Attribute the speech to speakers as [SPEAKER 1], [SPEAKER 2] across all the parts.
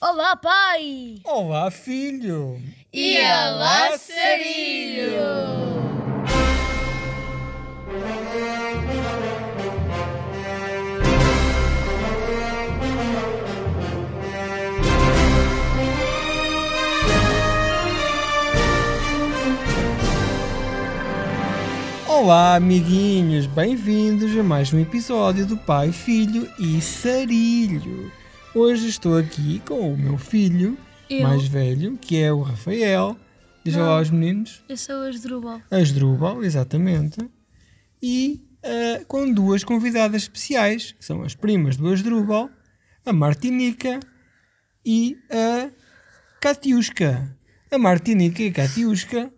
[SPEAKER 1] Olá, pai!
[SPEAKER 2] Olá, filho!
[SPEAKER 3] E olá, Sarilho!
[SPEAKER 2] Olá, amiguinhos! Bem-vindos a mais um episódio do Pai, Filho e Sarilho. Hoje estou aqui com o meu filho
[SPEAKER 1] Eu.
[SPEAKER 2] mais velho, que é o Rafael. Diz olá aos meninos.
[SPEAKER 1] Eu sou o Asdrubal.
[SPEAKER 2] Asdrúbal, exatamente. E ah, com duas convidadas especiais, que são as primas do Asdrúbal, a Martinica e a Catiusca. A Martinica e a Catiusca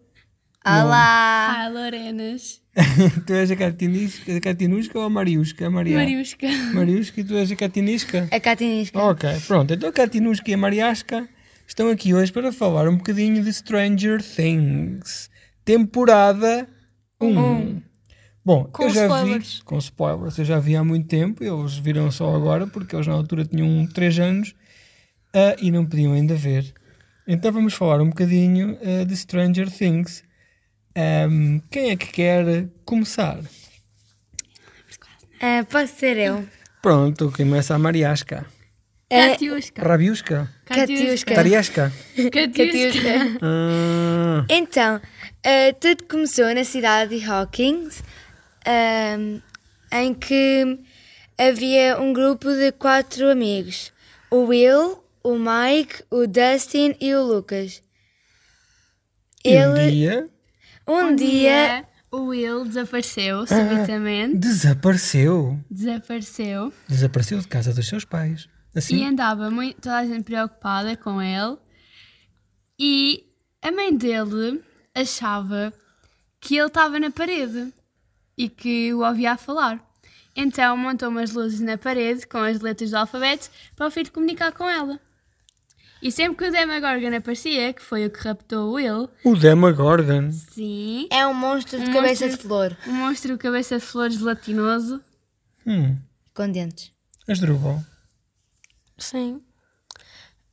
[SPEAKER 3] Olá!
[SPEAKER 4] Ah, Lorenas.
[SPEAKER 2] Tu és a Catinisca, a Catinusca ou a Mariusca? A Maria.
[SPEAKER 4] Mariusca.
[SPEAKER 2] Mariusca e tu és a Catinisca?
[SPEAKER 3] A É Catinisca.
[SPEAKER 2] Ok, pronto. Então a Catinusca e a Mariasca estão aqui hoje para falar um bocadinho de Stranger Things, temporada 1. Bom,
[SPEAKER 1] Um. Com
[SPEAKER 2] eu já
[SPEAKER 1] spoilers.
[SPEAKER 2] vi, com spoilers, eu já vi há muito tempo, eles viram só agora porque eles na altura tinham 3 anos ah, e não podiam ainda ver. Então vamos falar um bocadinho ah, de Stranger Things. Ahm, quem é que quer começar?
[SPEAKER 3] Ah, posso ser eu?
[SPEAKER 2] Pronto, começa a Mariasca.
[SPEAKER 4] Catiusca.
[SPEAKER 2] Rabiusca?
[SPEAKER 3] É Catiusca.
[SPEAKER 2] Tariasca?
[SPEAKER 4] Catiusca.
[SPEAKER 2] Ah,
[SPEAKER 3] Então, ah, tudo começou na cidade de Hawkins, ah, em que havia um grupo de quatro amigos: o Will, o Mike, o Dustin e o Lucas.
[SPEAKER 2] e um
[SPEAKER 3] Ele-
[SPEAKER 2] dia
[SPEAKER 3] Um dia,
[SPEAKER 4] o Will desapareceu subitamente.
[SPEAKER 2] desapareceu.
[SPEAKER 4] Desapareceu.
[SPEAKER 2] Desapareceu de casa dos seus pais.
[SPEAKER 4] E
[SPEAKER 3] é
[SPEAKER 2] Assim?
[SPEAKER 4] andava muito, toda a gente preocupada com ele. E a mãe dele achava que ele estava na parede e que o ouvia a falar. Então montou umas luzes na parede com as letras do alfabeto para o filho comunicar com ela. E sempre que o Demogorgon aparecia, que foi o que raptou o Will,
[SPEAKER 2] O Demogorgon.
[SPEAKER 4] sim,
[SPEAKER 3] é um monstro de
[SPEAKER 4] Um
[SPEAKER 3] cabeça
[SPEAKER 4] monstro-
[SPEAKER 3] de flor,
[SPEAKER 4] um monstro cabeça de flores gelatinoso.
[SPEAKER 2] Hum,
[SPEAKER 3] com dentes.
[SPEAKER 2] Asdrúbal.
[SPEAKER 1] Sim.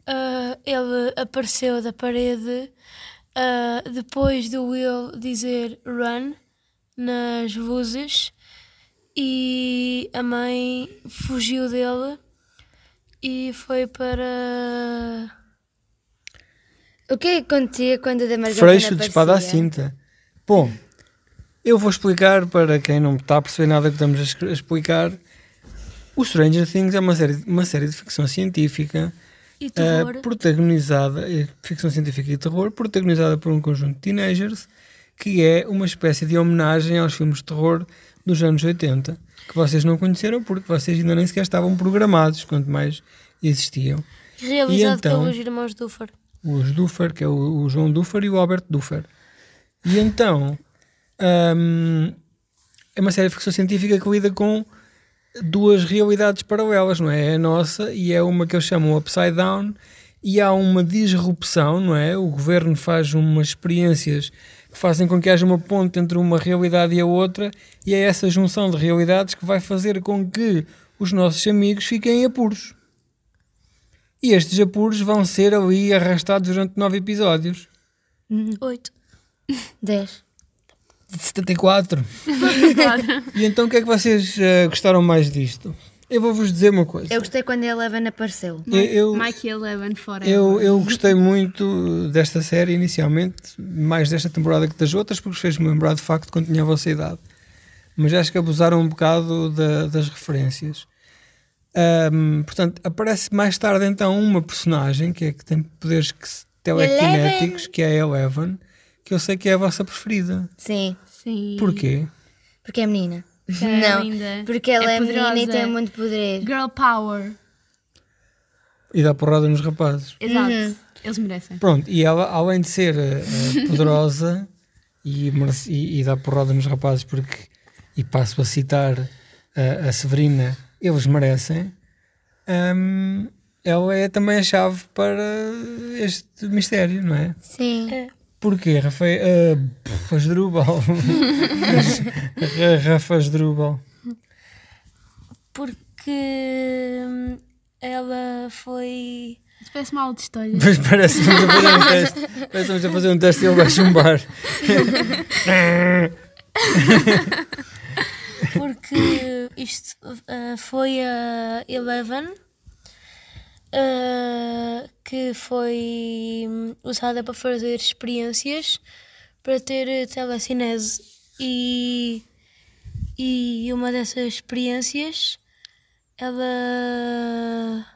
[SPEAKER 1] Ah, ele apareceu da parede ah, depois do Will dizer run nas luzes e a mãe fugiu dele e foi para.
[SPEAKER 3] O que é que acontecia quando a Demargona
[SPEAKER 2] Freixo de
[SPEAKER 3] aparecia?
[SPEAKER 2] espada assim, à cinta. Bom, eu vou explicar para quem não está a perceber nada que estamos a es- a explicar. O Stranger Things é uma série, uma série de ficção científica
[SPEAKER 1] E
[SPEAKER 2] eh,
[SPEAKER 1] terror.
[SPEAKER 2] protagonizada, eh, ficção científica e terror, protagonizada por um conjunto de teenagers, que é uma espécie de homenagem aos filmes de terror dos anos 80, que vocês não conheceram porque vocês ainda nem sequer estavam programados, quanto mais existiam.
[SPEAKER 1] realizado
[SPEAKER 2] e então-
[SPEAKER 1] pelos irmãos Duffer.
[SPEAKER 2] Os Duffer, que é o, o João Duffer e o Albert Duffer. E então, hum, é uma série de ficção científica que lida com duas realidades paralelas, não é? É a nossa e é uma que eles chamam Upside Down e há uma disrupção, não é? O governo faz umas experiências que fazem com que haja uma ponte entre uma realidade e a outra e é essa junção de realidades que vai fazer com que os nossos amigos fiquem em apuros. E estes apuros vão ser ali arrastados durante nove episódios.
[SPEAKER 3] Ah,
[SPEAKER 1] Oito.
[SPEAKER 3] Dez.
[SPEAKER 2] De 74. e então o que é que vocês eh, gostaram mais disto? Eu vou-vos dizer uma coisa.
[SPEAKER 3] Eu gostei quando a Eleven apareceu.
[SPEAKER 2] Eu- eu-
[SPEAKER 4] Mike Eleven fora.
[SPEAKER 2] Eu, eu gostei muito desta série inicialmente, mais desta temporada que das outras, porque fez-me lembrar de facto quando tinha a vossa idade. Mas acho que abusaram um bocado da- das referências. Ahm, portanto, aparece mais tarde então uma personagem que é que tem poderes que se- telequinéticos, que é a Eleven, que eu sei que é a vossa preferida.
[SPEAKER 3] Sim,
[SPEAKER 4] Sim.
[SPEAKER 2] Porquê?
[SPEAKER 3] porque é menina.
[SPEAKER 4] Porque ela é
[SPEAKER 3] não,
[SPEAKER 4] linda.
[SPEAKER 3] porque ela é,
[SPEAKER 4] É
[SPEAKER 3] menina e
[SPEAKER 4] poderosa.
[SPEAKER 3] tem muito poder.
[SPEAKER 4] Girl power.
[SPEAKER 2] E dá porrada nos rapazes.
[SPEAKER 4] Exato.
[SPEAKER 3] Uhum.
[SPEAKER 4] Eles merecem.
[SPEAKER 2] Pronto, e ela, além de ser eh, eh, poderosa e, merece- e, e dá porrada nos rapazes, porque, e passo a citar eh, a Severina, eles merecem, ahm, ela é também a chave para este mistério, não é?
[SPEAKER 3] Sim.
[SPEAKER 2] Porquê, Rafael? Uh, Asdrúbal. Ra- Rafa Asdrúbal.
[SPEAKER 1] porque hum, ela foi
[SPEAKER 4] Isto parece uma aula de história.
[SPEAKER 2] Mas parece-nos a fazer um teste. Parece-nos a fazer um teste e ele vai chumbar.
[SPEAKER 1] porque isto eh, foi a Eleven eh, que foi hum, usada para fazer experiências para ter eh, telecinese e, e uma dessas experiências ela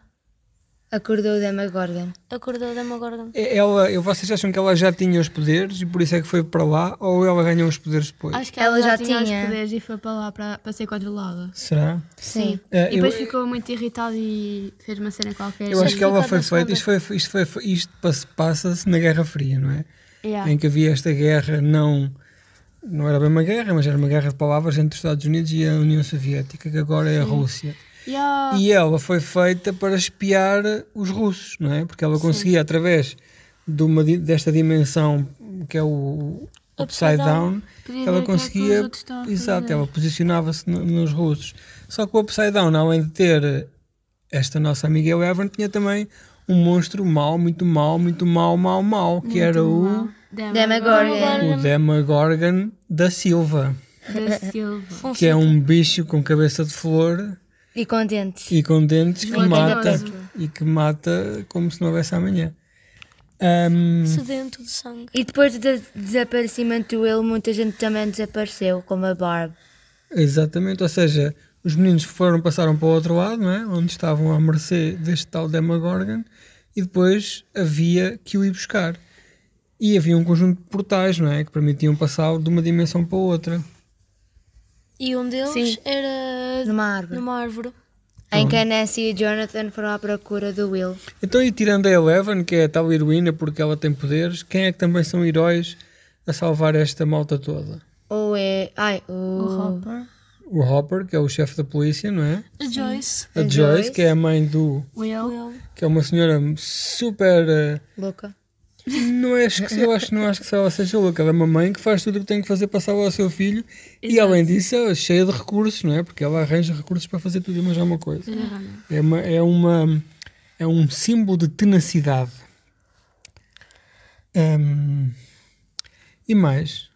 [SPEAKER 3] Acordou o Demogorgon.
[SPEAKER 1] acordou da Magordon.
[SPEAKER 2] É- Ela, eu- vocês acham que ela já tinha os poderes e por isso é que foi para lá? Ou ela ganhou os poderes depois?
[SPEAKER 4] Acho que
[SPEAKER 3] Ela
[SPEAKER 4] ela,
[SPEAKER 3] já
[SPEAKER 4] já tinha,
[SPEAKER 3] tinha.
[SPEAKER 4] os poderes e foi para lá para, para ser controlada.
[SPEAKER 2] Será?
[SPEAKER 3] Sim.
[SPEAKER 2] Ah,
[SPEAKER 4] E depois ficou muito irritada e fez uma cena qualquer.
[SPEAKER 2] Eu acho
[SPEAKER 1] Sim,
[SPEAKER 2] que ela foi
[SPEAKER 1] ficou na
[SPEAKER 2] feita, isto, foi, isto, foi, isto passe- passa-se na Guerra Fria, não é?
[SPEAKER 4] Yeah.
[SPEAKER 2] Em que havia esta guerra, não, não era bem uma guerra, mas era uma guerra de palavras entre os Estados Unidos e a União Soviética, que agora é a Rússia.
[SPEAKER 4] Yeah.
[SPEAKER 2] E ela foi feita para espiar os russos, não é? Porque ela conseguia, através de uma, di- desta dimensão que é o Upside
[SPEAKER 1] Upside down.
[SPEAKER 2] Down,
[SPEAKER 4] Podia ver o
[SPEAKER 2] ela
[SPEAKER 4] que é que os
[SPEAKER 2] conseguia.
[SPEAKER 4] outros estão a
[SPEAKER 2] Exato,
[SPEAKER 4] fazer. é?
[SPEAKER 2] ela posicionava-se no- nos russos. Só que o Upside Down, além de ter esta nossa amiga Eleven, tinha também um monstro mau, muito mau, muito mau, mau, mau, que era o,
[SPEAKER 3] Demogorgon.
[SPEAKER 2] o Demogorgon da Silva,
[SPEAKER 4] da Silva.
[SPEAKER 2] que é um bicho com cabeça de flor
[SPEAKER 3] E contente.
[SPEAKER 2] e com dentes que
[SPEAKER 4] Muito
[SPEAKER 2] mata
[SPEAKER 4] danoso.
[SPEAKER 2] e que mata como se não houvesse amanhã. Ahm,
[SPEAKER 1] sedento de sangue.
[SPEAKER 3] E depois do desaparecimento do Will, muita gente também desapareceu, como a Barb.
[SPEAKER 2] exatamente, ou seja, os meninos foram passaram para o outro lado, não é? onde estavam à mercê deste tal Demogorgon, e depois havia que o ir buscar. E havia um conjunto de portais, não é? Que permitiam passar de uma dimensão para outra.
[SPEAKER 1] E um deles
[SPEAKER 3] Sim.
[SPEAKER 1] era
[SPEAKER 3] Numa árvore.
[SPEAKER 1] numa árvore.
[SPEAKER 3] Em que a Nancy e o Jonathan foram à procura do Will.
[SPEAKER 2] Então, e tirando a Eleven, que é a tal heroína porque ela tem poderes, quem é que também são heróis a salvar esta malta toda?
[SPEAKER 3] Ou é. Ai, o.
[SPEAKER 4] O Hopper.
[SPEAKER 2] O Hopper, que é o chefe da polícia, não é?
[SPEAKER 1] A Joyce.
[SPEAKER 2] A
[SPEAKER 3] A
[SPEAKER 2] Joyce,
[SPEAKER 3] Joyce.
[SPEAKER 2] que é a mãe do.
[SPEAKER 4] Will.
[SPEAKER 1] Will.
[SPEAKER 2] que é uma senhora super. eh,
[SPEAKER 3] Louca.
[SPEAKER 2] Não é, esque- eu acho, não acho que só ela seja louca. Ela é uma mãe que faz tudo o que tem que fazer para salvar o seu filho e, além disso, é cheia de recursos, não é? Porque ela arranja recursos para fazer tudo e mais alguma coisa. É, uma, é, uma, é um símbolo de tenacidade. Ahm, e mais?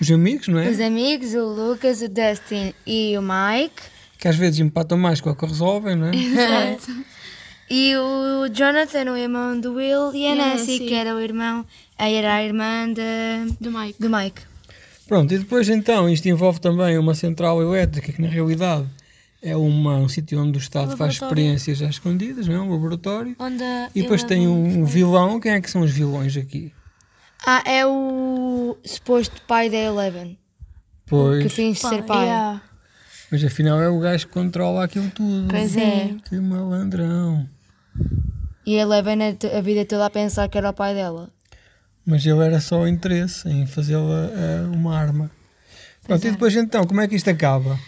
[SPEAKER 2] Os amigos, não é?
[SPEAKER 3] Os amigos, o Lucas, o Dustin e o Mike.
[SPEAKER 2] Que às vezes empatam mais com a que resolvem, não é?
[SPEAKER 3] E o Jonathan, o irmão do Will, e a
[SPEAKER 4] E a
[SPEAKER 3] Nancy,
[SPEAKER 4] Nancy.
[SPEAKER 3] que era o irmão, era a irmã de-
[SPEAKER 4] Do Mike.
[SPEAKER 3] do Mike.
[SPEAKER 2] Pronto, e depois então, isto envolve também uma central elétrica, que na realidade é uma, um sítio onde o Estado faz
[SPEAKER 1] Laboratório.
[SPEAKER 2] experiências às escondidas, não é? Um laboratório.
[SPEAKER 1] Onde a
[SPEAKER 2] E depois tem
[SPEAKER 1] Eleven
[SPEAKER 2] um vilão. Quem é que são os vilões aqui?
[SPEAKER 3] Ah, é o suposto pai da Eleven, que
[SPEAKER 2] Pois,
[SPEAKER 3] finge ser pai.
[SPEAKER 4] Yeah.
[SPEAKER 2] mas afinal é o gajo que controla aquilo tudo.
[SPEAKER 3] Pois é.
[SPEAKER 2] Que malandrão.
[SPEAKER 3] E a Eleven a, t- a vida toda a pensar que era o pai dela.
[SPEAKER 2] Mas ele era só o interesse em fazê-la eh, uma arma. Pronto, e depois então, como é que isto acaba?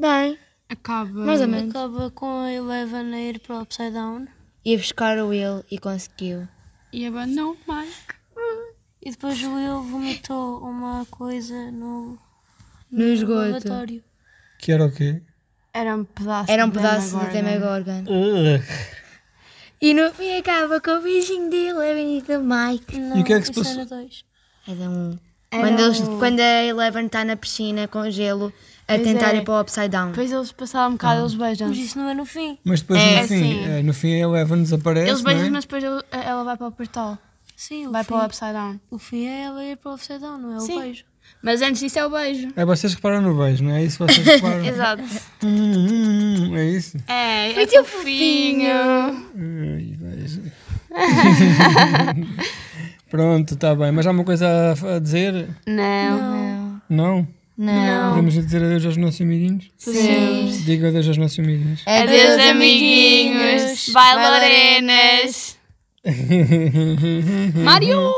[SPEAKER 3] Bem,
[SPEAKER 4] Acaba.
[SPEAKER 3] mais ou menos.
[SPEAKER 1] Acaba com a Eleven a ir para o Upside Down
[SPEAKER 3] Ia buscar o Will e conseguiu.
[SPEAKER 4] E abandonou o Mike.
[SPEAKER 1] e depois o Will vomitou uma coisa no
[SPEAKER 3] No esgoto.
[SPEAKER 1] laboratório.
[SPEAKER 2] Que era o quê?
[SPEAKER 4] Era um pedaço
[SPEAKER 3] Era um
[SPEAKER 4] de né?
[SPEAKER 3] pedaço de Demogorgon.
[SPEAKER 4] Demogorgon.
[SPEAKER 2] Ugh.
[SPEAKER 3] E no fim acaba com o beijinho da Eleven e do Mike.
[SPEAKER 1] Não,
[SPEAKER 2] E o que é que se
[SPEAKER 1] isso
[SPEAKER 2] passou?
[SPEAKER 1] era dois.
[SPEAKER 3] Era um.
[SPEAKER 4] Era
[SPEAKER 3] Quando, eles-
[SPEAKER 4] um-
[SPEAKER 3] quando a Eleven está na piscina com gelo a
[SPEAKER 4] Pois
[SPEAKER 3] tentar
[SPEAKER 4] é.
[SPEAKER 3] ir para o Upside Down.
[SPEAKER 4] Depois eles passaram um
[SPEAKER 2] Ah.
[SPEAKER 4] bocado, eles beijam.
[SPEAKER 1] Mas isso não é no fim.
[SPEAKER 2] Mas depois
[SPEAKER 3] É,
[SPEAKER 2] no fim,
[SPEAKER 4] sim.
[SPEAKER 2] eh, no fim a Eleven desaparece.
[SPEAKER 4] Eles beijam,
[SPEAKER 2] não é?
[SPEAKER 4] mas depois ele- eh, ela vai para o portal.
[SPEAKER 1] Sim, o,
[SPEAKER 4] Vai
[SPEAKER 1] fim,
[SPEAKER 4] para o Upside Down.
[SPEAKER 1] o fim é ela ir para o Upside Down, não é
[SPEAKER 4] Sim.
[SPEAKER 1] o beijo.
[SPEAKER 4] Mas antes disso é o beijo.
[SPEAKER 2] É, vocês reparam no beijo, não é isso? Vocês reparam.
[SPEAKER 4] Exato.
[SPEAKER 2] Hum, hum, hum, é isso?
[SPEAKER 4] É, é tão fofinho.
[SPEAKER 2] Ai, beijo. Pronto, está bem. Mas há uma coisa a, a dizer?
[SPEAKER 4] Não.
[SPEAKER 2] Não?
[SPEAKER 3] Não.
[SPEAKER 2] Vamos dizer adeus aos nossos amiguinhos?
[SPEAKER 4] Sim.
[SPEAKER 2] Digam adeus aos nossos amiguinhos.
[SPEAKER 4] Adeus, amiguinhos. Vai, Lorenas. Mário!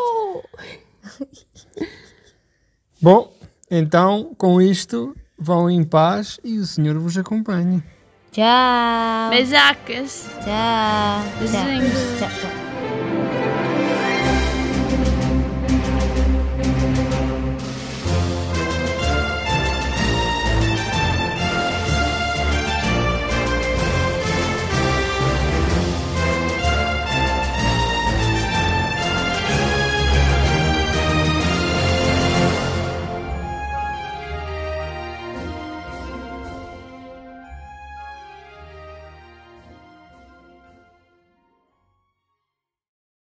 [SPEAKER 2] Bom, então com isto vão em paz e o Senhor vos acompanhe.
[SPEAKER 3] Tchau.
[SPEAKER 4] Beijacas.
[SPEAKER 3] Tchau. Tchau.
[SPEAKER 4] Beijinhos.
[SPEAKER 3] Tchau. tchau.